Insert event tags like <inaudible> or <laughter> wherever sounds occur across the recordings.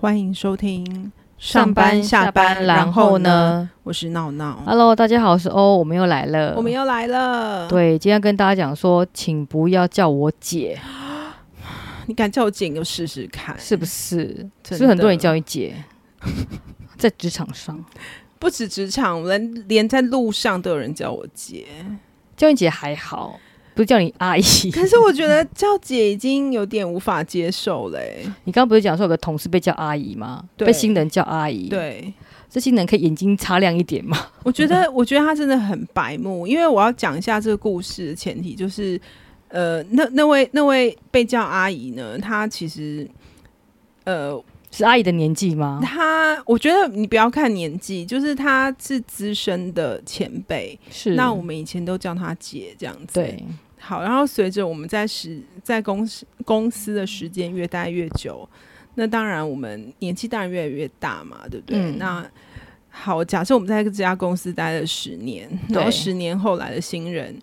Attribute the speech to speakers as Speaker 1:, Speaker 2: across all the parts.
Speaker 1: 欢迎收听
Speaker 2: 上班下班，然后？呢
Speaker 1: 我是闹闹，
Speaker 2: ？Hello，大家好，我是欧，我们又来了。
Speaker 1: 我们又来了。，
Speaker 2: 对，今天跟大家讲说，请不要叫我姐，
Speaker 1: 哎你敢叫我姐，你就试试看，
Speaker 2: 是不
Speaker 1: 真
Speaker 2: 是？
Speaker 1: 的
Speaker 2: 是不是很多人叫你姐， <laughs> 在职场上
Speaker 1: 不止职场，连连在路上都有人叫我
Speaker 2: <laughs>
Speaker 1: 姐。
Speaker 2: 叫你姐还好，不是叫你阿姨。
Speaker 1: <laughs> 可是我觉得叫姐已经有点无法接受嘞、
Speaker 2: <laughs> 你刚刚不是讲说有个同事被叫阿姨吗？
Speaker 1: 对
Speaker 2: 被新人叫阿姨，，
Speaker 1: 对，
Speaker 2: 这新人可以眼睛擦亮一点吗？
Speaker 1: 我觉
Speaker 2: <laughs>
Speaker 1: 得，我觉得他真的很白目，因为我要讲一下这个故事的前提就是，呃，那那位那位被叫阿姨呢，她其实，呃，
Speaker 2: 是阿姨的年纪吗？
Speaker 1: 他，我觉得你不要看年纪，就是他是资深的前辈，
Speaker 2: 是，
Speaker 1: 那我们以前都叫他姐这样子。，
Speaker 2: 对，
Speaker 1: 好，然后随着我们在时在公司公司的时间越待越久，那当然我们年纪当然越来越大嘛，对不对？
Speaker 2: 嗯
Speaker 1: 那好，假设我们在这家公司待了十年，然后
Speaker 2: 对
Speaker 1: 十年后来的新人，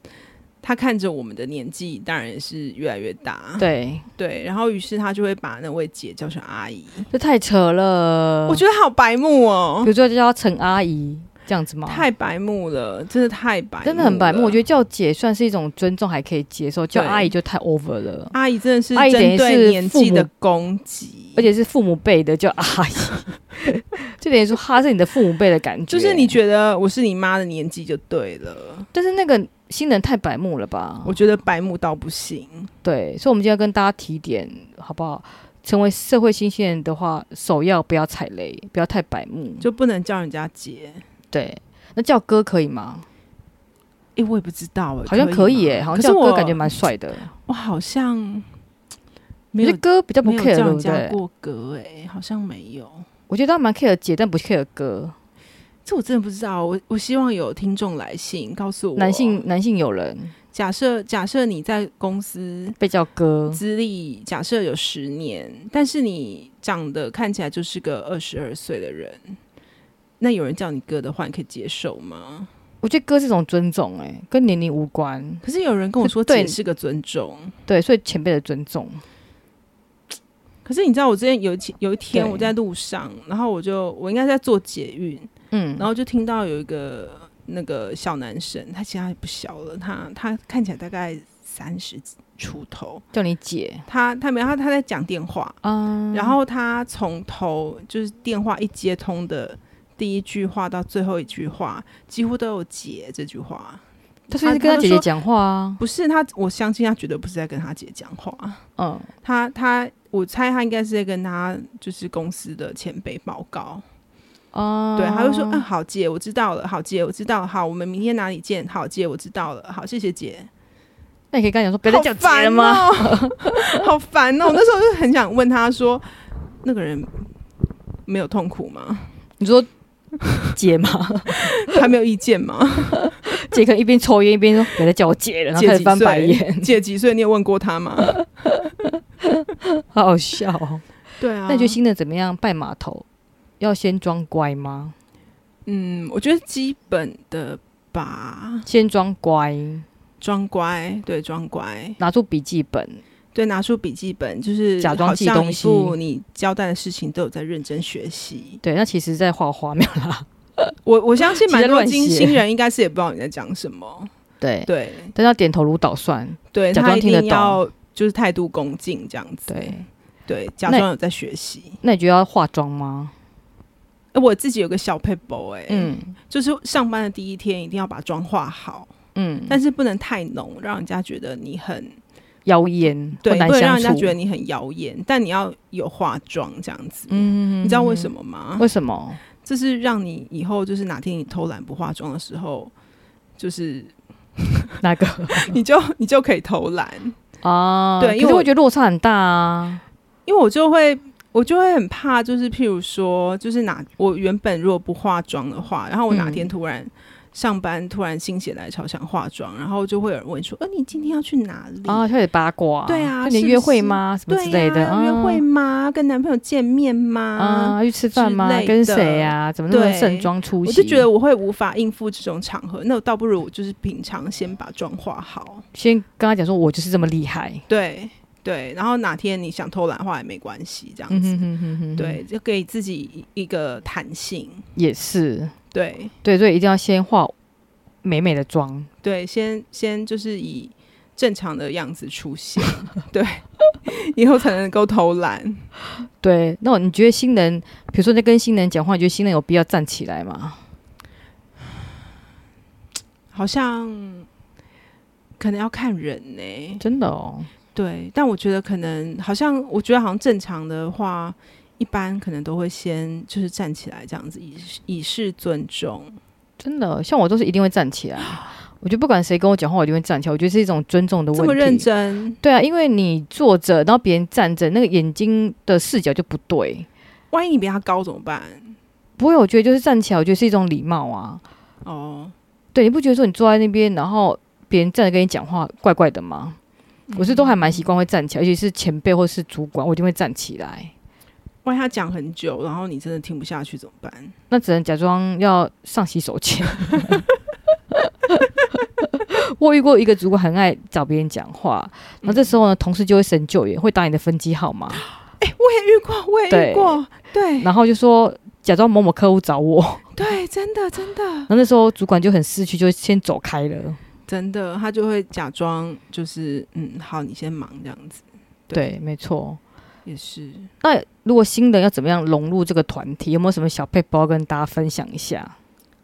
Speaker 1: 他看着我们的年纪，当然也是越来越大，
Speaker 2: 对，
Speaker 1: 对，然后于是他就会把那位姐叫成阿姨，
Speaker 2: 这太扯了。
Speaker 1: 我觉得好白目哦、
Speaker 2: 比如说就叫她陈阿姨这样子吗？
Speaker 1: 太白目了，真的太白目了，
Speaker 2: 哦真的很白目。我觉得叫姐算是一种尊重，还可以接受，叫
Speaker 1: 对
Speaker 2: 阿姨就太 over 了，
Speaker 1: 阿姨真的是
Speaker 2: 阿姨等于
Speaker 1: 针
Speaker 2: 是
Speaker 1: 对年纪
Speaker 2: 父母
Speaker 1: 的攻击，
Speaker 2: 而且是父母辈的叫阿姨， <laughs> 就等于说她是你的父母辈的感觉。
Speaker 1: 就是你，觉得我是你妈的年纪就对了，
Speaker 2: 但是那个新人太白目了吧
Speaker 1: 我？觉得白目到不行。
Speaker 2: 对，所以我们今天要跟大家提点，好不好？成为社会新鲜人的话，首要不要踩雷，不要太白目。
Speaker 1: 就不能叫人家姐，
Speaker 2: 对，那叫哥可以吗？
Speaker 1: 诶，我也不知道诶，
Speaker 2: 好像可以
Speaker 1: 以
Speaker 2: 耶、
Speaker 1: 吗
Speaker 2: 好
Speaker 1: 可
Speaker 2: 像
Speaker 1: 是
Speaker 2: 叫哥
Speaker 1: 我
Speaker 2: 感觉蛮帅的。
Speaker 1: 我好像没有
Speaker 2: 我觉得哥比较不
Speaker 1: 没有
Speaker 2: care，
Speaker 1: 叫
Speaker 2: 对
Speaker 1: 人
Speaker 2: 不
Speaker 1: 家
Speaker 2: 对？
Speaker 1: 过格诶，好像没有。
Speaker 2: 我觉得他蛮 care 姐，但不 care 哥。
Speaker 1: 这我真的不知道，我我希望有听众来信告诉我。啊
Speaker 2: 男性男性友人
Speaker 1: 假设假设你在公司
Speaker 2: 被叫哥，
Speaker 1: 资历假设有十年，但是你长得看起来就是个二十二岁的人，那有人叫你哥的话，你可以接受吗？
Speaker 2: 我觉得哥是一种尊重、欸，哎，跟年龄无关，
Speaker 1: 可是有人跟我说，
Speaker 2: 对
Speaker 1: 姐是个尊重。
Speaker 2: 对，所以前辈的尊重，
Speaker 1: 可是你知道，我之前有一天有一天
Speaker 2: 对
Speaker 1: 我在路上，然后我就我应该在做捷运，
Speaker 2: 嗯，
Speaker 1: 然后就听到有一个那个小男生，他其实他也不小了，他他看起来大概三十出头，
Speaker 2: 叫你姐
Speaker 1: 他他没有他他在讲电话，
Speaker 2: 啊，
Speaker 1: 然后他从头就是电话一接通的第一句话到最后一句话，几乎都有“姐”这句话。
Speaker 2: 他所以是
Speaker 1: 他就
Speaker 2: 跟他姐姐
Speaker 1: 说
Speaker 2: 讲话啊，
Speaker 1: 不是他，我相信他绝对不是在跟他姐讲话。
Speaker 2: 嗯，
Speaker 1: 他他，我猜他应该是在跟他就是公司的前辈报告。
Speaker 2: 啊，
Speaker 1: 对，他就说：“嗯，好姐，我知道了。好姐，我知道了。好，我们明天哪里见？好姐，我知道了。好，谢谢姐。
Speaker 2: 那你可以跟他讲说，啊不要再叫姐了吗？
Speaker 1: 好烦哦？ <laughs> 好烦哦！我那时候就很想问他说，那个人没有痛苦吗？
Speaker 2: <laughs> 你说姐嘛，
Speaker 1: 还没有意见吗？”
Speaker 2: 姐可能一边抽烟一边说，不要再叫我姐 <laughs> 了，然后
Speaker 1: 姐
Speaker 2: 开
Speaker 1: 几
Speaker 2: 始翻白
Speaker 1: 岁 <laughs>
Speaker 2: 眼，
Speaker 1: 姐几岁？你有问过他
Speaker 2: <laughs>
Speaker 1: 吗？
Speaker 2: 好好笑、哦。
Speaker 1: 对啊
Speaker 2: <laughs> 那你觉得新的怎么样？拜码头要先装乖吗？
Speaker 1: 嗯，我觉得基本的吧，
Speaker 2: 先装乖，
Speaker 1: 装乖，对，装乖，
Speaker 2: 拿出笔记本，
Speaker 1: 对，拿出笔记本，就是
Speaker 2: 假装
Speaker 1: 好
Speaker 2: 记
Speaker 1: 像
Speaker 2: 东
Speaker 1: 一
Speaker 2: 西
Speaker 1: 副你交代的事情都有在认真学习。
Speaker 2: 对，那其实在画画没有啦，
Speaker 1: 我我相信蛮多
Speaker 2: 乱写
Speaker 1: 新新人应该是也不知道你在讲什么，
Speaker 2: <laughs> 对，
Speaker 1: 对
Speaker 2: 但要点头如捣蒜，
Speaker 1: 对，
Speaker 2: 假
Speaker 1: 他
Speaker 2: 装
Speaker 1: 一
Speaker 2: 听得
Speaker 1: 定要就是态度恭敬这样子，
Speaker 2: 对。
Speaker 1: 对，假
Speaker 2: 那
Speaker 1: 装有在学习。
Speaker 2: 那你觉得要化妆吗？
Speaker 1: 呃我自己有个小 paper 哎、
Speaker 2: 嗯
Speaker 1: 就是上班的第一天一定要把妆化好，
Speaker 2: 嗯，
Speaker 1: 但是不能太浓，让人家觉得你很
Speaker 2: 妖艳，
Speaker 1: 对，
Speaker 2: 不难
Speaker 1: 不能让
Speaker 2: 相
Speaker 1: 人家觉得
Speaker 2: 处。
Speaker 1: 你很妖艳，但你要有化妆这样子。
Speaker 2: 嗯
Speaker 1: 你知道为什
Speaker 2: 么？
Speaker 1: 么吗？
Speaker 2: 为什么？
Speaker 1: 这是让你以后就是哪天你偷懒不化妆的时候，
Speaker 2: <laughs>
Speaker 1: 就是 <laughs>
Speaker 2: 那个
Speaker 1: 你就你就可以偷懒，
Speaker 2: 啊？
Speaker 1: 对因为
Speaker 2: 可是
Speaker 1: 我
Speaker 2: 我觉得落差很大啊。
Speaker 1: 因为我就会我就会很怕，就是譬如说，就是哪我原本如果不化妆的话，然后我哪天
Speaker 2: 嗯
Speaker 1: 突然。上班突然心血来潮想化妆，然后就会有人问说：“呃，你今天要去哪里？
Speaker 2: 啊，开始八卦。
Speaker 1: 对啊
Speaker 2: 就你
Speaker 1: 是
Speaker 2: 约
Speaker 1: 不
Speaker 2: 会
Speaker 1: 是
Speaker 2: 吗？什么
Speaker 1: 对
Speaker 2: 之类的？
Speaker 1: 呀
Speaker 2: 啊
Speaker 1: 约会吗？跟男朋友见面吗？
Speaker 2: 啊？去吃饭
Speaker 1: 之
Speaker 2: 吗
Speaker 1: 类？
Speaker 2: 跟
Speaker 1: 的
Speaker 2: 谁啊？怎么那么
Speaker 1: 对
Speaker 2: 盛装出席？
Speaker 1: 我就觉得我会无法应付这种场合，那我倒不如就是平常先把妆化好。
Speaker 2: 先跟他讲说，我就是这么厉害。
Speaker 1: 对，对，然后哪天你想偷懒的话也没关系，这样
Speaker 2: 嗯
Speaker 1: 子，
Speaker 2: 哼哼哼哼，
Speaker 1: 对，就给自己一个弹性，
Speaker 2: 也是，
Speaker 1: 对
Speaker 2: 对，所以一定要先化美美的妆，
Speaker 1: 对，先先就是以正常的样子出现，对， <laughs> 以后才能够偷懒。
Speaker 2: 对。那你觉得新人，比如说在跟新人讲话，你觉得新人有必要站起来吗？
Speaker 1: 好像可能要看人呢、
Speaker 2: 真的哦，
Speaker 1: 对，但我觉得可能好像，我觉得好像正常的话，一般可能都会先就是站起来这样子，以以示尊重。
Speaker 2: 真的，像我都是一定会站起来。我觉得不管谁跟我讲话，我就会站起来。我觉得是一种尊重的问
Speaker 1: 这
Speaker 2: 题。
Speaker 1: 么认真，
Speaker 2: 对啊，因为你坐着，然后别人站着，那个眼睛的视角就不对。
Speaker 1: 万一你比他高怎么办？
Speaker 2: 不会，我觉得就是站起来，我觉得是一种礼貌啊。
Speaker 1: 哦，
Speaker 2: 对，你不觉得说你坐在那边，然后别人站着跟你讲话，怪怪的吗？我是都还蛮习惯会站起来，尤其是前辈或是主管，我一定会站起来。
Speaker 1: 万一他讲很久，然后你真的听不下去怎么办？
Speaker 2: 那只能假装要上洗手间。 <laughs> 我遇过一个主管很爱找别人讲话，
Speaker 1: 嗯
Speaker 2: 然后这时候呢，同事就会神救援，会打你的分机号码，
Speaker 1: 我也遇过，我也遇
Speaker 2: 对
Speaker 1: 过，对
Speaker 2: 然后就说假装某某客户找我。
Speaker 1: 对，真的真的
Speaker 2: 然后那时候主管就很失去，就先走开了。
Speaker 1: 真的，他就会假装就是嗯，好，你先忙这样子，对
Speaker 2: 对，没错。
Speaker 1: 也是。
Speaker 2: 那如果新人要怎么样融入这个团体，有没有什么小配包跟大家分享一下？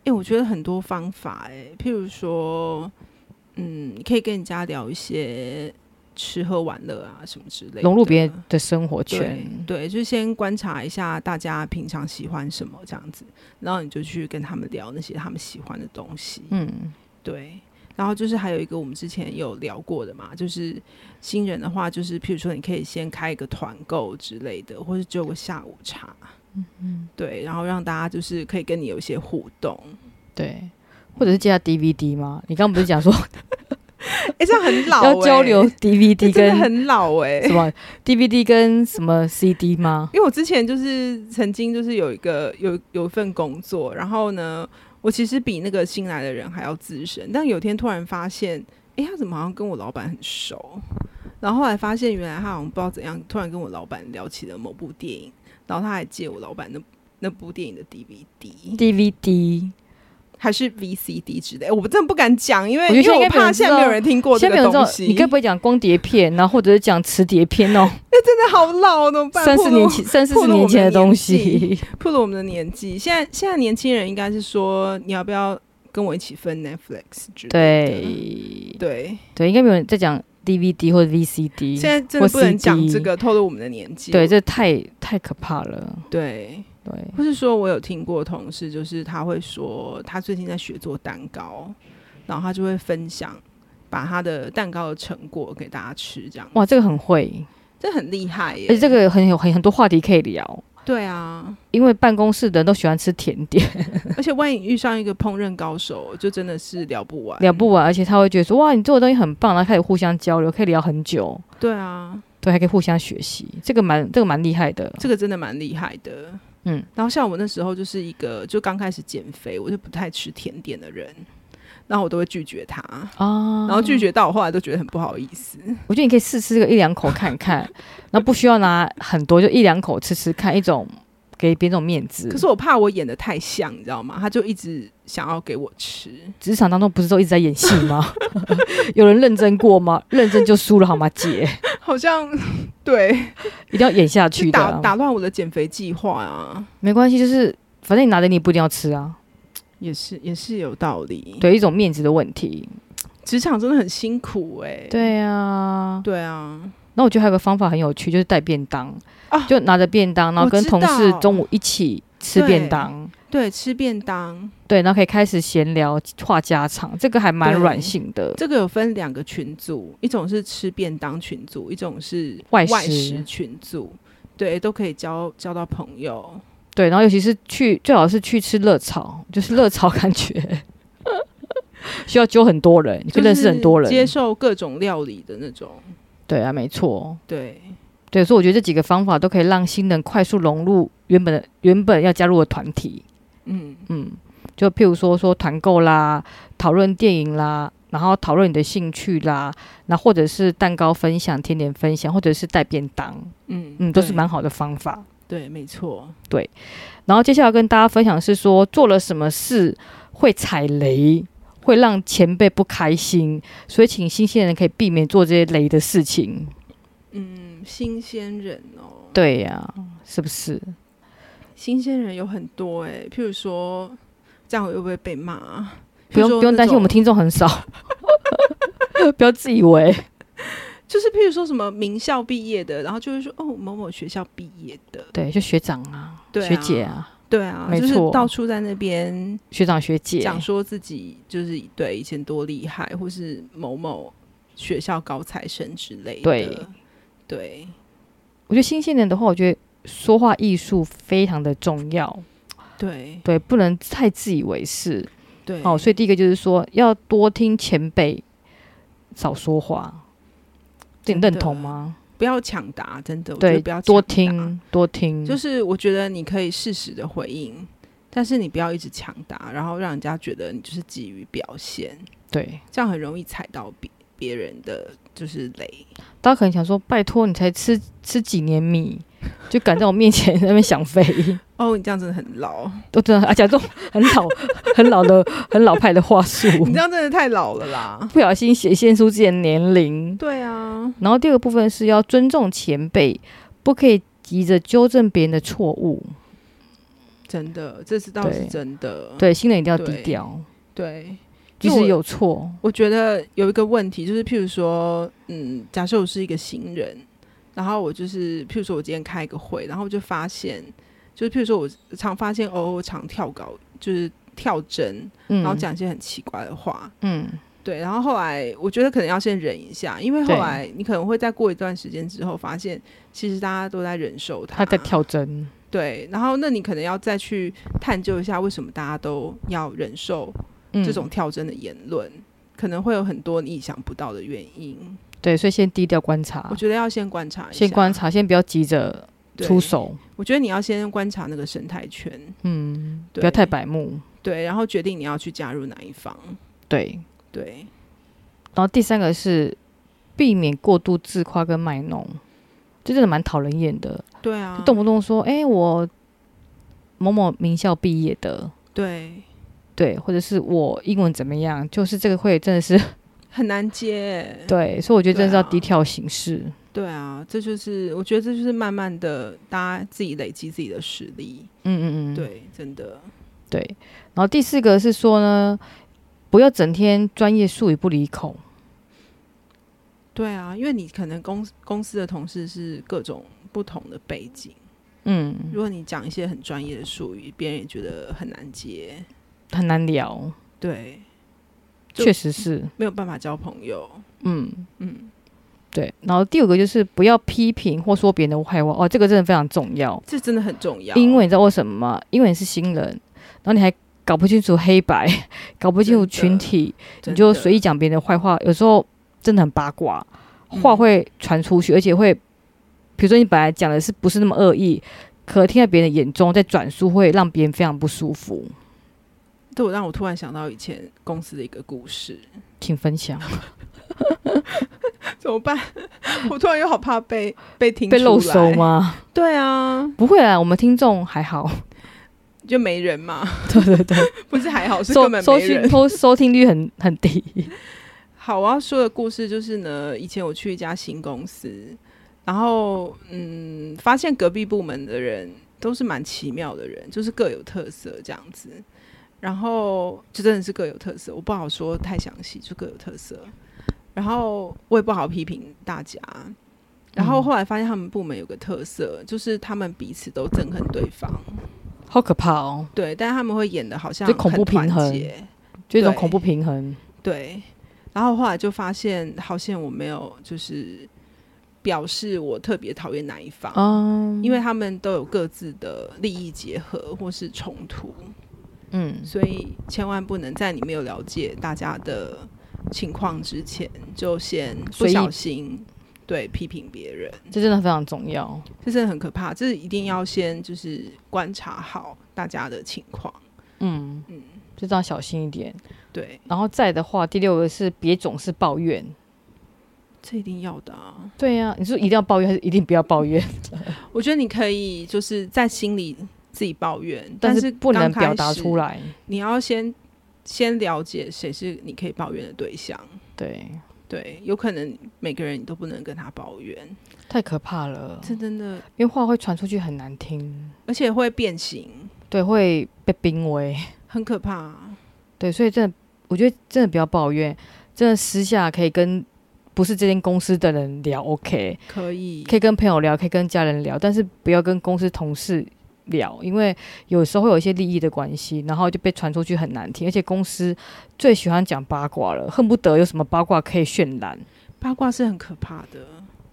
Speaker 1: 哎、我觉得很多方法、欸，譬如说，嗯，可以跟人家聊一些吃喝玩乐啊什么之类的，
Speaker 2: 融入别人的生活圈
Speaker 1: 对，对，就先观察一下大家平常喜欢什么这样子，然后你就去跟他们聊那些他们喜欢的东西，
Speaker 2: 嗯，
Speaker 1: 对。然后就是还有一个我们之前有聊过的嘛，就是新人的话，就是譬如说你可以先开一个团购之类的，或是只有个下午茶，嗯，对，然后让大家就是可以跟你有一些互动，
Speaker 2: 对，或者是借他 DVD 吗？你刚刚不是讲说
Speaker 1: 哎、这样很老、欸，
Speaker 2: 要交流 DVD
Speaker 1: <laughs> 真的
Speaker 2: 跟
Speaker 1: 很老哎、
Speaker 2: 什
Speaker 1: <laughs>
Speaker 2: 么 DVD 跟什么 CD 吗？
Speaker 1: 因为我之前就是曾经就是有一个有有一份工作，然后呢，我其实比那个新来的人还要资深，但有一天突然发现，哎、他怎么好像跟我老板很熟？然后后来发现，原来他好像不知道怎样，突然跟我老板聊起了某部电影，然后他还借我老板那那部电影的 DVD
Speaker 2: DVD，
Speaker 1: 还是 VCD 之类，我真的不敢讲，因为
Speaker 2: 我觉得
Speaker 1: 因为我
Speaker 2: 现在应该没有
Speaker 1: 怕
Speaker 2: 人
Speaker 1: 现在
Speaker 2: 知道
Speaker 1: 没有人听过这
Speaker 2: 现在没
Speaker 1: 个
Speaker 2: 有
Speaker 1: 东
Speaker 2: 人
Speaker 1: 西
Speaker 2: 知道，，你该不会讲光碟片，然后或者是讲磁碟片哦？
Speaker 1: 真的好老哦，怎么办？
Speaker 2: 三
Speaker 1: 暴
Speaker 2: 四
Speaker 1: 露 <laughs>
Speaker 2: 年前，三四
Speaker 1: 暴
Speaker 2: 十
Speaker 1: 露我
Speaker 2: 年
Speaker 1: 们
Speaker 2: 前
Speaker 1: 的
Speaker 2: 的东
Speaker 1: 年
Speaker 2: 西，
Speaker 1: 破了我们的年纪。现在现在年轻人应该是说，你要不要跟我一起分 Netflix 之类的？
Speaker 2: <laughs> 对。
Speaker 1: 对
Speaker 2: 对，应该没有人在讲 DVD 或者 VCD。
Speaker 1: 现在真的不能讲
Speaker 2: CD
Speaker 1: 这个，透露我们的年纪。
Speaker 2: 对，这太太可怕了。
Speaker 1: 对，
Speaker 2: 对，
Speaker 1: 或是说我有听过同事，就是他会说他最近在学做蛋糕，然后他就会分享。把他的蛋糕的成果给大家吃，这样哇，
Speaker 2: 哇，这个很会，
Speaker 1: 这很厉害耶！
Speaker 2: 而且这个很有很很多话题可以聊，
Speaker 1: 对啊，
Speaker 2: 因为办公室的人都喜欢吃甜点， <laughs>
Speaker 1: 而且万一遇上一个烹饪高手，就真的是聊不完。
Speaker 2: 聊不完，而且他会觉得说哇，你做的东西很棒，然后开始互相交流，可以聊很久，
Speaker 1: 对啊，
Speaker 2: 对，还可以互相学习，这个蛮这个蛮厉害的。
Speaker 1: 这个真的蛮厉害的。
Speaker 2: 嗯，
Speaker 1: 然后像我那时候就是一个就刚开始减肥，我就不太吃甜点的人，然后我都会拒绝他，
Speaker 2: 啊
Speaker 1: 然，后拒绝到我后来都觉得很不好意思。
Speaker 2: 我觉得你可以试吃个一两口
Speaker 1: <laughs>
Speaker 2: 看看，然后不需要拿很多，就一两口吃吃看，一种给别人一种面子。
Speaker 1: 可是我怕我演的太像，你知道吗？他就一直想要给我吃， <laughs>
Speaker 2: 职场当中不是都一直在演戏吗？ <laughs> 有人认真过吗？认真就输了好吗，姐？
Speaker 1: 好像 <laughs> 对，
Speaker 2: 一定要演下
Speaker 1: 就
Speaker 2: 去的
Speaker 1: 打
Speaker 2: 啊、
Speaker 1: 打乱我的减肥计划啊，
Speaker 2: 没关系，就是反正你拿着你也不一定要吃啊。
Speaker 1: 也是也是有道理。，
Speaker 2: 对，一种面子的问题。
Speaker 1: 职场真的很辛苦哎、
Speaker 2: 对啊，
Speaker 1: 对啊，
Speaker 2: 那我觉得还有个方法很有趣，就是带便当，
Speaker 1: 啊
Speaker 2: 就拿着便当，然后跟
Speaker 1: 我知道
Speaker 2: 同事中午一起吃便当。
Speaker 1: 对，吃便当
Speaker 2: 对，然后可以开始闲聊、话家常，这个还蛮
Speaker 1: 对
Speaker 2: 软性的。
Speaker 1: 这个有分两个群组，一种是吃便当群组，一种是
Speaker 2: 外食
Speaker 1: 群组，对，都可以交交到朋友。
Speaker 2: 对，然后尤其是去，最好是去吃热炒，就是热炒感觉 <laughs> 需要揪很多人，你可以认识很多人。
Speaker 1: 就是接受各种料理的那种。
Speaker 2: 对啊，没错。
Speaker 1: 对，
Speaker 2: 对，所以我觉得这几个方法都可以让新人快速融入原本的原本要加入的团体。
Speaker 1: 嗯，
Speaker 2: 嗯，就譬如说说团购啦，讨论电影啦，然后讨论你的兴趣啦，那或者是蛋糕分享、甜点分享，或者是带便当，
Speaker 1: 嗯
Speaker 2: 嗯，都是
Speaker 1: 对
Speaker 2: 蛮好的方法。
Speaker 1: 对，没错，
Speaker 2: 然后接下来跟大家分享是说做了什么事会踩雷，会让前辈不开心，所以请新鲜人可以避免做这些雷的事情。
Speaker 1: 嗯，新鲜人哦，
Speaker 2: 对呀、是不是？
Speaker 1: 新鲜人有很多哎、譬如说，这样我会不会被骂啊？
Speaker 2: 不
Speaker 1: 譬
Speaker 2: 用
Speaker 1: 如说
Speaker 2: 不用担心，
Speaker 1: 那种
Speaker 2: 我们听众很 <laughs> 少，不要自以为。
Speaker 1: 就是譬如说什么名校毕业的，然后就会说哦某某学校毕业的，
Speaker 2: 对，就学长啊，
Speaker 1: 对啊
Speaker 2: 学姐啊，
Speaker 1: 对啊，
Speaker 2: 没
Speaker 1: 就是
Speaker 2: 错
Speaker 1: 到处在那边
Speaker 2: 学长学姐，
Speaker 1: 讲说自己就是对以前多厉害，或是某某学校高材生之类的，
Speaker 2: 对
Speaker 1: 对，
Speaker 2: 我觉得新鲜人的话，我觉得说话艺术非常的重要，
Speaker 1: 对
Speaker 2: 对，不能太自以为是。
Speaker 1: 对，
Speaker 2: 哦，所以第一个就是说要多听前辈，少说话，这你
Speaker 1: 真
Speaker 2: 认
Speaker 1: 的
Speaker 2: 同吗？
Speaker 1: 不要抢答，真的，我觉
Speaker 2: 对
Speaker 1: 得不要，
Speaker 2: 多
Speaker 1: 抢答，
Speaker 2: 听多听，
Speaker 1: 就是我觉得你可以适时的回应，但是你不要一直抢答，然后让人家觉得你就是急于表现，
Speaker 2: 对。
Speaker 1: 这样很容易踩到别别人的就是雷，
Speaker 2: 大家可能想说，拜托你才吃吃几年米，就敢在我面前 <laughs> 在那边想飞，
Speaker 1: 哦，你这样真的很
Speaker 2: <laughs>
Speaker 1: 老，
Speaker 2: 都真的啊，讲这种很老、很老的、很老派的话术，
Speaker 1: 你这样真的太老了
Speaker 2: <laughs>
Speaker 1: 啦，
Speaker 2: 不小心显现出自己的年龄。
Speaker 1: 对啊，
Speaker 2: 然后第二个部分是要尊重前辈，不可以急着纠正别人的错误。
Speaker 1: 真的，这是倒是
Speaker 2: 对
Speaker 1: 真的，
Speaker 2: 对，新人一定要低
Speaker 1: 对
Speaker 2: 调，
Speaker 1: 对。
Speaker 2: 即
Speaker 1: 因为
Speaker 2: 使
Speaker 1: 我
Speaker 2: 有错，
Speaker 1: 我觉得有一个问题，就是譬如说，嗯，假设我是一个行人，然后我就是譬如说我今天开一个会，然后我就发现，就是譬如说我常发现，哦，我常跳高，就是跳针，
Speaker 2: 嗯，
Speaker 1: 然后讲一些很奇怪的话，
Speaker 2: 嗯，
Speaker 1: 对，然后后来我觉得可能要先忍一下，因为后
Speaker 2: 对
Speaker 1: 来你可能会再过一段时间之后，发现其实大家都在忍受它，
Speaker 2: 他在跳针，
Speaker 1: 对，然后那你可能要再去探究一下，为什么大家都要忍受
Speaker 2: 嗯
Speaker 1: 这种跳针的言论，可能会有很多你意想不到的原因。
Speaker 2: 对，所以先低调观察
Speaker 1: 我，觉得要先观察一下，
Speaker 2: 啊先观察，先不要急着
Speaker 1: 对
Speaker 2: 出。手，
Speaker 1: 我觉得你要先观察那个生态圈，
Speaker 2: 嗯，
Speaker 1: 对
Speaker 2: 不要太白目，
Speaker 1: 对，然后决定你要去加入哪一方。
Speaker 2: 对。
Speaker 1: 对，
Speaker 2: 然后第三个是避免过度自夸跟卖弄，这真的蛮讨人厌的，
Speaker 1: 对啊，
Speaker 2: 动不动说，哎、我某某名校毕业的，
Speaker 1: 对，
Speaker 2: 对，或者是我英文怎么样，就是这个会真
Speaker 1: <laughs>
Speaker 2: 的是
Speaker 1: 很难接。
Speaker 2: 对，所以我觉得真的是要
Speaker 1: 对啊
Speaker 2: 低调行事。
Speaker 1: 对啊，这就是我觉得这就是慢慢的，大家自己累积自己的实力。
Speaker 2: 嗯嗯嗯，
Speaker 1: 对，真的，
Speaker 2: 对。然后第四个是说呢，不要整天专业术语不离口。
Speaker 1: 对啊，因为你可能公公司的同事是各种不同的背景，
Speaker 2: 嗯，
Speaker 1: 如果你讲一些很专业的术语，别人也觉得很难接。
Speaker 2: 很难聊，
Speaker 1: 对，就
Speaker 2: 确实是，
Speaker 1: 没有办法交朋友。
Speaker 2: 嗯，
Speaker 1: 嗯，
Speaker 2: 对。然后第五个就是不要批评或说别人的坏话，哦，这个真的非常重要，
Speaker 1: 这真的很重要。
Speaker 2: 因为你知道为什么吗？因为你是新人，然后你还搞不清楚黑白， <laughs> 搞不清楚
Speaker 1: 真
Speaker 2: 群
Speaker 1: 的
Speaker 2: 体，
Speaker 1: 真
Speaker 2: 你
Speaker 1: 的
Speaker 2: 就随意讲别人的坏话，有时候真的很八卦，
Speaker 1: 嗯
Speaker 2: 话会传出去，而且会，比如说你本来讲的是不是那么恶意，可听在别人的眼中再转述，会让别人非常不舒服。
Speaker 1: 对我让我突然想到以前公司的一个故事， <laughs>
Speaker 2: 请分享，
Speaker 1: 怎么办？ <laughs> 我突然又好怕被被听
Speaker 2: 被
Speaker 1: 出
Speaker 2: 漏
Speaker 1: 来
Speaker 2: 收？吗？
Speaker 1: 对啊，
Speaker 2: 不会啊，我们听众还好，
Speaker 1: 就没人嘛，
Speaker 2: <laughs> 对对对，
Speaker 1: <laughs> 不是还好， <laughs> 是
Speaker 2: 收
Speaker 1: 根本
Speaker 2: 收
Speaker 1: 没
Speaker 2: 听
Speaker 1: 人。
Speaker 2: 收收听率很 <laughs> 很低，
Speaker 1: 好，我要说的故事就是呢，以前我去一家新公司，然后嗯，发现隔壁部门的人都是蛮奇妙的人，就是各有特色这样子。然后就真的是各有特色，我不好说太详细，就各有特色。然后我也不好批评大家。然
Speaker 2: 嗯
Speaker 1: 后后来发现他们部门有个特色，就是他们彼此都憎恨对方，
Speaker 2: 好可怕哦，
Speaker 1: 对，但他们会演的好像
Speaker 2: 就恐
Speaker 1: 很
Speaker 2: 怖
Speaker 1: 团
Speaker 2: 平衡
Speaker 1: 结
Speaker 2: 就一种
Speaker 1: 对
Speaker 2: 恐怖平衡。
Speaker 1: 对，然后后来就发现，好像我没有就是表示我特别讨厌哪一方，
Speaker 2: 嗯
Speaker 1: 因为他们都有各自的利益结合或是冲突，
Speaker 2: 嗯，
Speaker 1: 所以千万不能在你没有了解大家的情况之前，就先不
Speaker 2: 随意
Speaker 1: 小心对批评别人，
Speaker 2: 这真的非常重要。
Speaker 1: 这真的很可怕，这一定要先就是观察好大家的情况。
Speaker 2: 嗯，就这样小心一点。
Speaker 1: 对，
Speaker 2: 然后再的话，第六个是别总是抱怨。
Speaker 1: 这一定要的啊！
Speaker 2: 对呀、你说一定要抱怨还是一定不要
Speaker 1: <laughs>
Speaker 2: 抱怨？
Speaker 1: 我觉得你可以就是在心里自己抱怨，
Speaker 2: 但
Speaker 1: 是
Speaker 2: 不能表
Speaker 1: 刚
Speaker 2: 达
Speaker 1: 开始
Speaker 2: 出，来。
Speaker 1: 你要先先了解谁是你可以抱怨的对象。
Speaker 2: 对，
Speaker 1: 对，有可能每个人你都不能跟他抱怨，
Speaker 2: 太可怕了，
Speaker 1: 这真的，
Speaker 2: 因为话会传出去很难听，
Speaker 1: 而且会变形，
Speaker 2: 对，会被濒危。
Speaker 1: 很可怕啊。
Speaker 2: 对，所以真的，我觉得真的不要抱怨，真的私下可以跟不是这间公司的人聊，OK，
Speaker 1: 可以，
Speaker 2: 可以跟朋友聊，可以跟家人聊，但是不要跟公司同事聊，因为有时候会有一些利益的关系，然后就被传出去很难听，而且公司最喜欢讲八卦了，恨不得有什么八卦可以渲染。
Speaker 1: 八卦是很可怕的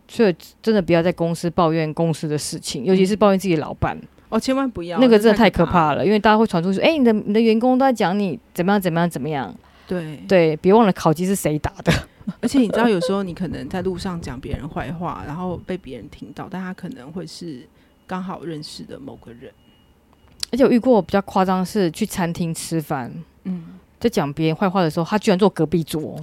Speaker 2: 所以真的不要在公司抱怨公司的事情，尤其是抱怨自己的老板，
Speaker 1: 哦，千万不要，
Speaker 2: 那个
Speaker 1: 这
Speaker 2: 真的嗯太可
Speaker 1: 怕
Speaker 2: 怕。了。因为大家会传出去说，哎、你的你的员工都在讲你怎么样怎么样怎么样。
Speaker 1: 对，
Speaker 2: 对，别忘了烤鸡是谁打的。
Speaker 1: 而且你知道，有时候你可能在路上讲别人坏话，然后被别人听到，但他可能会是刚好认识的某个人。
Speaker 2: 而且我遇过比较夸张的是去餐厅吃饭，
Speaker 1: 嗯，
Speaker 2: 在讲别人坏话的时候，他居然坐隔
Speaker 1: <laughs>
Speaker 2: 壁桌，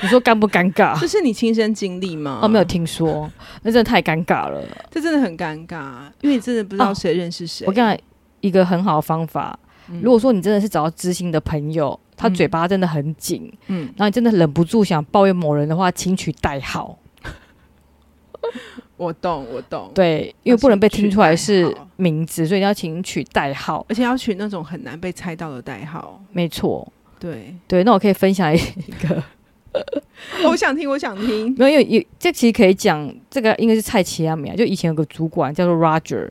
Speaker 2: 你说尴不尴尬
Speaker 1: 这？是你亲身经历吗？
Speaker 2: 啊哦，没有，听说，那真的太尴尬了。
Speaker 1: 这真的很尴尬，因为你真的不知道谁认识谁。
Speaker 2: 哦我跟你讲一个很好的方法，
Speaker 1: 嗯
Speaker 2: 如果说你真的是找到知心的朋友，他
Speaker 1: 嗯
Speaker 2: 嘴巴真的很紧，
Speaker 1: 嗯，
Speaker 2: 然后你真的忍不住想抱怨某人的话，请取代号。
Speaker 1: 我懂，我懂。，
Speaker 2: 对，因为不能被听出来是名字，所以你要请取代号。
Speaker 1: 而且要取那种很难被猜到的代号。
Speaker 2: 没错， <laughs>
Speaker 1: 对，哦
Speaker 2: 对。那我可以分享一一个，
Speaker 1: 我想听，我想听。
Speaker 2: 没有，因为也这其实可以讲，这个应该是蔡奇亚米啊，就以前有个主管叫做 Roger，那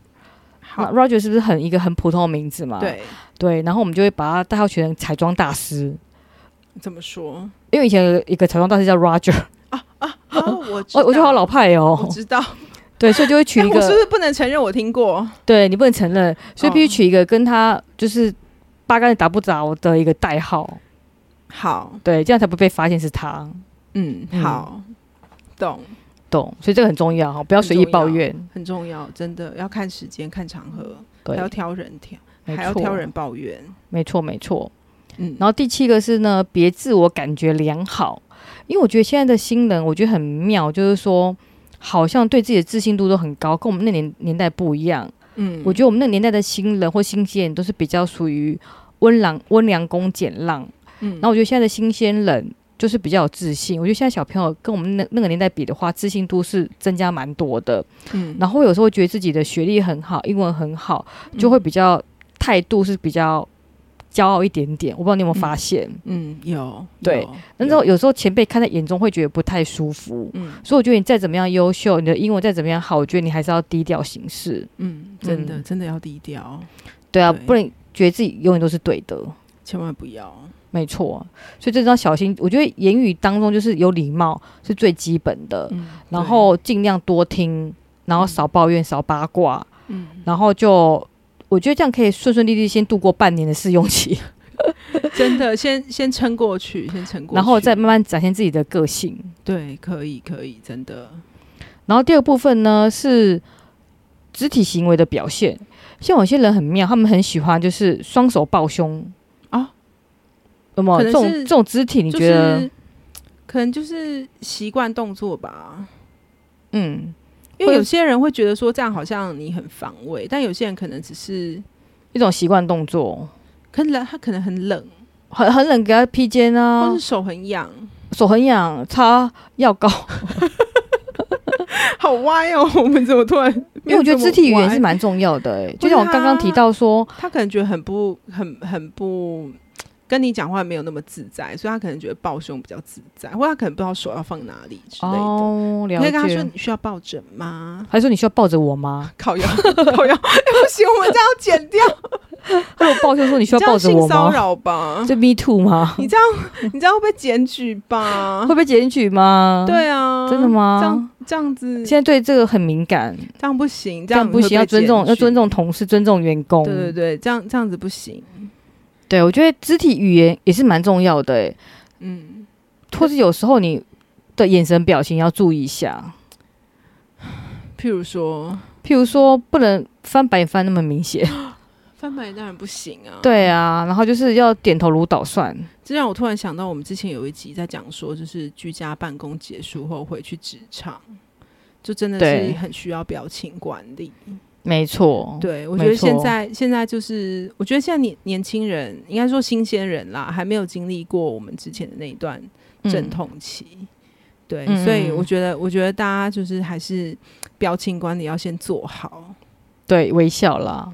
Speaker 1: 好，
Speaker 2: Roger 是不是很一个很普通的名字嘛？
Speaker 1: 对，
Speaker 2: 对，然后我们就会把他代号取成彩妆大师，
Speaker 1: 怎么说？
Speaker 2: 因为以前有一个彩妆大师叫 Roger，
Speaker 1: 哦， <laughs> 我知
Speaker 2: 我我觉得好
Speaker 1: 道，
Speaker 2: 老派
Speaker 1: 我
Speaker 2: 哦。
Speaker 1: 知道。
Speaker 2: 对，所以就会取
Speaker 1: 但 <laughs>
Speaker 2: 一
Speaker 1: 我是不
Speaker 2: 个，
Speaker 1: 是不能承认我听过？
Speaker 2: 对你不能承认，所以必须
Speaker 1: 哦
Speaker 2: 取一个跟他就是八竿子打不着的一个代号，
Speaker 1: 好，
Speaker 2: 对，这样才不被发现是他。
Speaker 1: 嗯，
Speaker 2: 嗯
Speaker 1: 好，懂。
Speaker 2: 懂，所以这个很重要哈，不要随意抱怨。
Speaker 1: 很重要，真的要看时间、看场合，还
Speaker 2: 对，
Speaker 1: 要挑人挑，
Speaker 2: 没
Speaker 1: 还要
Speaker 2: 错
Speaker 1: 挑人，抱怨。
Speaker 2: 没错没错。
Speaker 1: 嗯，
Speaker 2: 然后第七个是呢，别自我感觉良好，因为我觉得现在的新人，我觉得很妙，就是说好像对自己的自信度都很高，跟我们那年年代不一样。
Speaker 1: 嗯
Speaker 2: 我觉得我们那个年代的新人或新鲜人都是比较属于温良温良恭俭让，
Speaker 1: 嗯
Speaker 2: 然后我觉得现在的新鲜人。就是比较有自信，我觉得现在小朋友跟我们那那个年代比的话，自信度是增加蛮多的。
Speaker 1: 嗯
Speaker 2: 然后有时候觉得自己的学历很好，英文很好，就会比
Speaker 1: 嗯
Speaker 2: 较态度是比较骄傲一点点。我不知道你有没有发现，
Speaker 1: 嗯有
Speaker 2: 对，
Speaker 1: 有
Speaker 2: 但是有时候前辈看在眼中会觉得不太舒服。
Speaker 1: 嗯
Speaker 2: 所以我觉得你再怎么样优秀，你的英文再怎么样好，我觉得你还是要低调行事。
Speaker 1: 嗯，真的
Speaker 2: 嗯
Speaker 1: 真的要低调，
Speaker 2: 对啊，
Speaker 1: 对
Speaker 2: 不然觉得自己永远都是对的。
Speaker 1: 千万不要。
Speaker 2: 没错，所以这要小心。我觉得言语当中就是有礼貌是最基本的，
Speaker 1: 嗯，
Speaker 2: 呃然后尽量多听，然后少抱怨、少八卦，
Speaker 1: 对嗯，
Speaker 2: 然后就我觉得这样可以顺顺利利先度过半年的试用期。
Speaker 1: 真的先先撑过
Speaker 2: <laughs>
Speaker 1: 去，先撑过去，
Speaker 2: 然后再慢慢展现自己的个性。
Speaker 1: 对，可以可以，真的，
Speaker 2: 然后第二部分呢是肢体行为的表现，像有些人很妙，他们很喜欢就是双手抱胸
Speaker 1: 啊，
Speaker 2: 有没有
Speaker 1: 可
Speaker 2: 这
Speaker 1: 能
Speaker 2: 种
Speaker 1: 是
Speaker 2: 这种肢体？你
Speaker 1: 就
Speaker 2: 觉得、
Speaker 1: 是可能就是习惯动作吧。
Speaker 2: 嗯，
Speaker 1: 因
Speaker 2: 或
Speaker 1: 为
Speaker 2: 者
Speaker 1: 有些人会觉得说这样好像你很防卫，但有些人可能只是，
Speaker 2: 一种习惯动作，
Speaker 1: 可能他可能很冷，
Speaker 2: 很很冷，给他披肩啊
Speaker 1: 或是，手很痒，
Speaker 2: 手很痒，擦药膏，
Speaker 1: 好歪哦！ <laughs> 我们怎么突然？
Speaker 2: 因为我觉得肢体语言是
Speaker 1: 蛮……
Speaker 2: 蛮重要的、欸。
Speaker 1: 不
Speaker 2: 就是像我刚刚提到说，
Speaker 1: 他可能觉得很不、很、很不跟你讲话没有那么自在，所以他可能觉得抱胸比较自在，或他可能不知道手要放哪里啊之类的。
Speaker 2: 哦，
Speaker 1: 你
Speaker 2: 了
Speaker 1: 可
Speaker 2: 解
Speaker 1: 以跟他说，你需要抱枕
Speaker 2: <laughs>
Speaker 1: 吗？
Speaker 2: 还是说你需要抱着我吗？
Speaker 1: 烤 <laughs> 腰，烤腰，哎不
Speaker 2: <laughs>
Speaker 1: 行，我们这样剪掉，
Speaker 2: 还有抱胸说你需
Speaker 1: <laughs>
Speaker 2: 要
Speaker 1: 这
Speaker 2: 抱
Speaker 1: 样
Speaker 2: 着
Speaker 1: 性
Speaker 2: 我
Speaker 1: 骚
Speaker 2: 吗？
Speaker 1: 扰
Speaker 2: <laughs>
Speaker 1: 吧？
Speaker 2: 这 me too 吗？
Speaker 1: 你这样，你这样会被检举吧
Speaker 2: <laughs> 会？被检举吗？。
Speaker 1: 对啊，
Speaker 2: 真的吗
Speaker 1: 这样这样子，
Speaker 2: 现在对这个很敏感，
Speaker 1: 嗯这样不行，
Speaker 2: 这
Speaker 1: 样
Speaker 2: 样不
Speaker 1: 会被
Speaker 2: 行，要尊重，
Speaker 1: 检举
Speaker 2: 要尊。重同事，尊重员工。
Speaker 1: 对对对，这样这样子不行。
Speaker 2: 对我觉得肢体语言也是蛮重要的、欸，
Speaker 1: 嗯，
Speaker 2: 或是有时候你的眼神表情要注意一下，
Speaker 1: 譬如说， <laughs>
Speaker 2: 譬如说不能翻白眼翻那么明显，
Speaker 1: 翻白眼当然不行啊。，
Speaker 2: 对啊，然后就是要点头如捣蒜。
Speaker 1: 这让我突然想到，我们之前有一集在讲说，就是居家办公结束后回去职场，就真的
Speaker 2: 对
Speaker 1: 是很需要表情管理。
Speaker 2: 没错，
Speaker 1: 对，我
Speaker 2: 没
Speaker 1: 觉得现
Speaker 2: 错
Speaker 1: 在现在就是，我觉得现在年年轻人应该说新鲜人啦，还没有经历过我们之前的那一段
Speaker 2: 嗯
Speaker 1: 阵痛期。对，
Speaker 2: 嗯
Speaker 1: 所以我
Speaker 2: 嗯
Speaker 1: 觉得，我觉得大家就是还是表情管理要先做好，
Speaker 2: 对微笑啦。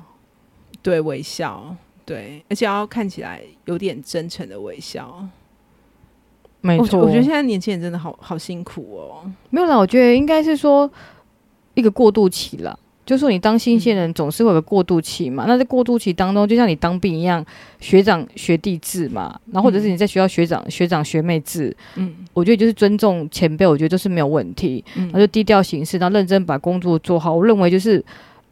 Speaker 1: 对微笑，对，而且要看起来有点真诚的微笑。
Speaker 2: 没
Speaker 1: 我觉
Speaker 2: 错，
Speaker 1: 我觉得现在年轻人真的好好辛苦哦。
Speaker 2: 没有啦，我觉得应该是说一个过渡期啦。就说你当新
Speaker 1: 嗯
Speaker 2: 鲜人，总是会有个过渡期嘛。那在过渡期当中，就像你当兵一样，学长学弟制嘛，然后或者是你在学校学长、学长学妹制，
Speaker 1: 嗯，
Speaker 2: 我觉得就是尊重前辈，我觉得都是没有问题。
Speaker 1: 嗯
Speaker 2: 那就低调行事，然后认真把工作做好。我认为就是，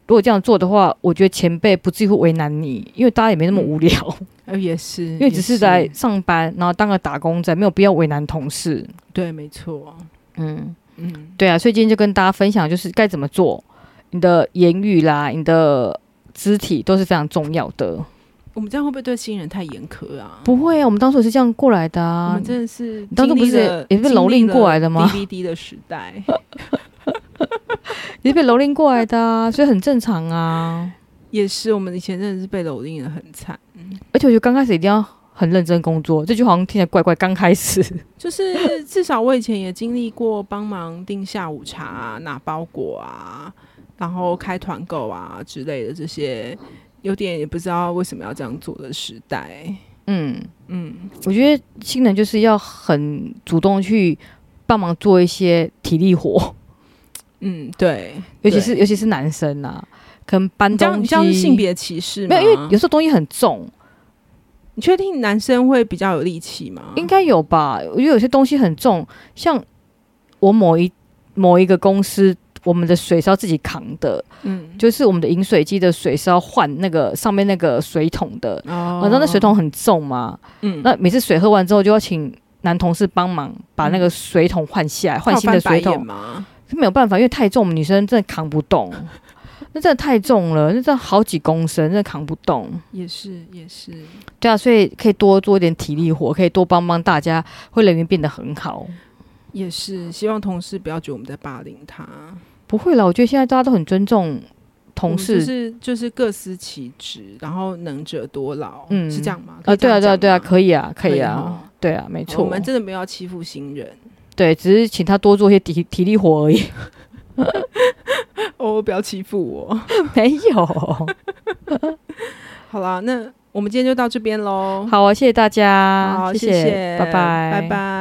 Speaker 2: 如果这样做的话，我觉得前辈不至于会为难你，因为大家也没那么无聊，
Speaker 1: 呃也是，
Speaker 2: 因为
Speaker 1: 也
Speaker 2: 只是在上班，然后当个打工仔，没有必要为难同事。
Speaker 1: 对，没错，
Speaker 2: 嗯。
Speaker 1: 嗯，
Speaker 2: 对啊，所以今天就跟大家分享，就是该怎么做，你的言语啦，你的肢体都是非常重要的。
Speaker 1: 我们这样会不会对新人太严苛啊？
Speaker 2: 不会啊，我们当初也是这样过来的
Speaker 1: 我
Speaker 2: 啊
Speaker 1: 们。真的是
Speaker 2: 你当初
Speaker 1: 经历
Speaker 2: 不是
Speaker 1: 了
Speaker 2: 也被蹂躏过来的吗
Speaker 1: ？DVD 的时代，
Speaker 2: 你是被蹂躏过来的啊，所以很正常啊。
Speaker 1: 也是我们以前真的是被蹂躏的很惨，
Speaker 2: 而且我觉得刚开始一定要很认真工作，这句好像听起来怪怪。刚开始， <laughs>
Speaker 1: 就是至少我以前也经历过帮忙订下午茶、啊、拿包裹啊，然后开团购啊之类的这些，有点也不知道为什么要这样做的时代。
Speaker 2: 嗯，
Speaker 1: 嗯，
Speaker 2: 我觉得新人就是要很主动去帮忙做一些体力活，
Speaker 1: 嗯，对，
Speaker 2: 尤其
Speaker 1: 对
Speaker 2: 是尤其是男生啊，可能搬
Speaker 1: 你这样
Speaker 2: 东
Speaker 1: 你
Speaker 2: 西，
Speaker 1: 这样是性别歧视
Speaker 2: 没
Speaker 1: 吗？
Speaker 2: 有，因为有时候东西很重，
Speaker 1: 你确定男生会比较有力气吗？
Speaker 2: 应该有吧？我觉得有些东西很重，像我某一某一个公司，我们的水是要自己扛的，
Speaker 1: 嗯，
Speaker 2: 就是我们的饮水机的水是要换那个上面那个水桶的。
Speaker 1: 哦
Speaker 2: 然后那水，桶很重嘛，
Speaker 1: 嗯，
Speaker 2: 那每次水喝完之后就要请男同事帮忙把那个水桶换下来，嗯换新的
Speaker 1: 他有翻白
Speaker 2: 水
Speaker 1: 眼
Speaker 2: 桶
Speaker 1: 吗？
Speaker 2: 是没有办法，因为太重，我们女生真的扛不 <laughs> 动。那真的太重了，那真的好几公升，真的扛不动。
Speaker 1: 也是，也是。
Speaker 2: 对啊，所以可以多做一点体力活，可以多帮帮大家，会人缘变得很好。
Speaker 1: 也是，希望同事不要觉得我们在霸凌他。
Speaker 2: 不会啦，我觉得现在大家都很尊重
Speaker 1: 我
Speaker 2: 同
Speaker 1: 们就
Speaker 2: 事。
Speaker 1: 是就是各司其职，然后能者多劳，
Speaker 2: 嗯
Speaker 1: 是这样吗？
Speaker 2: 啊，对啊，对啊，对啊，
Speaker 1: 以
Speaker 2: 可以啊，可
Speaker 1: 这
Speaker 2: 以
Speaker 1: 样讲吗
Speaker 2: 啊，，对啊，没
Speaker 1: 没
Speaker 2: 错
Speaker 1: 我，们真的没有要欺负新人。 <laughs>
Speaker 2: 对，只是请他多做一些体体力活而已， <laughs>
Speaker 1: 哦，不要欺负我。
Speaker 2: 没
Speaker 1: <laughs>
Speaker 2: 有。
Speaker 1: 好啦，那我们今天就到这边喽。
Speaker 2: 好啊，谢谢大家，
Speaker 1: 好，
Speaker 2: 谢
Speaker 1: 谢，
Speaker 2: 拜拜，
Speaker 1: 拜拜。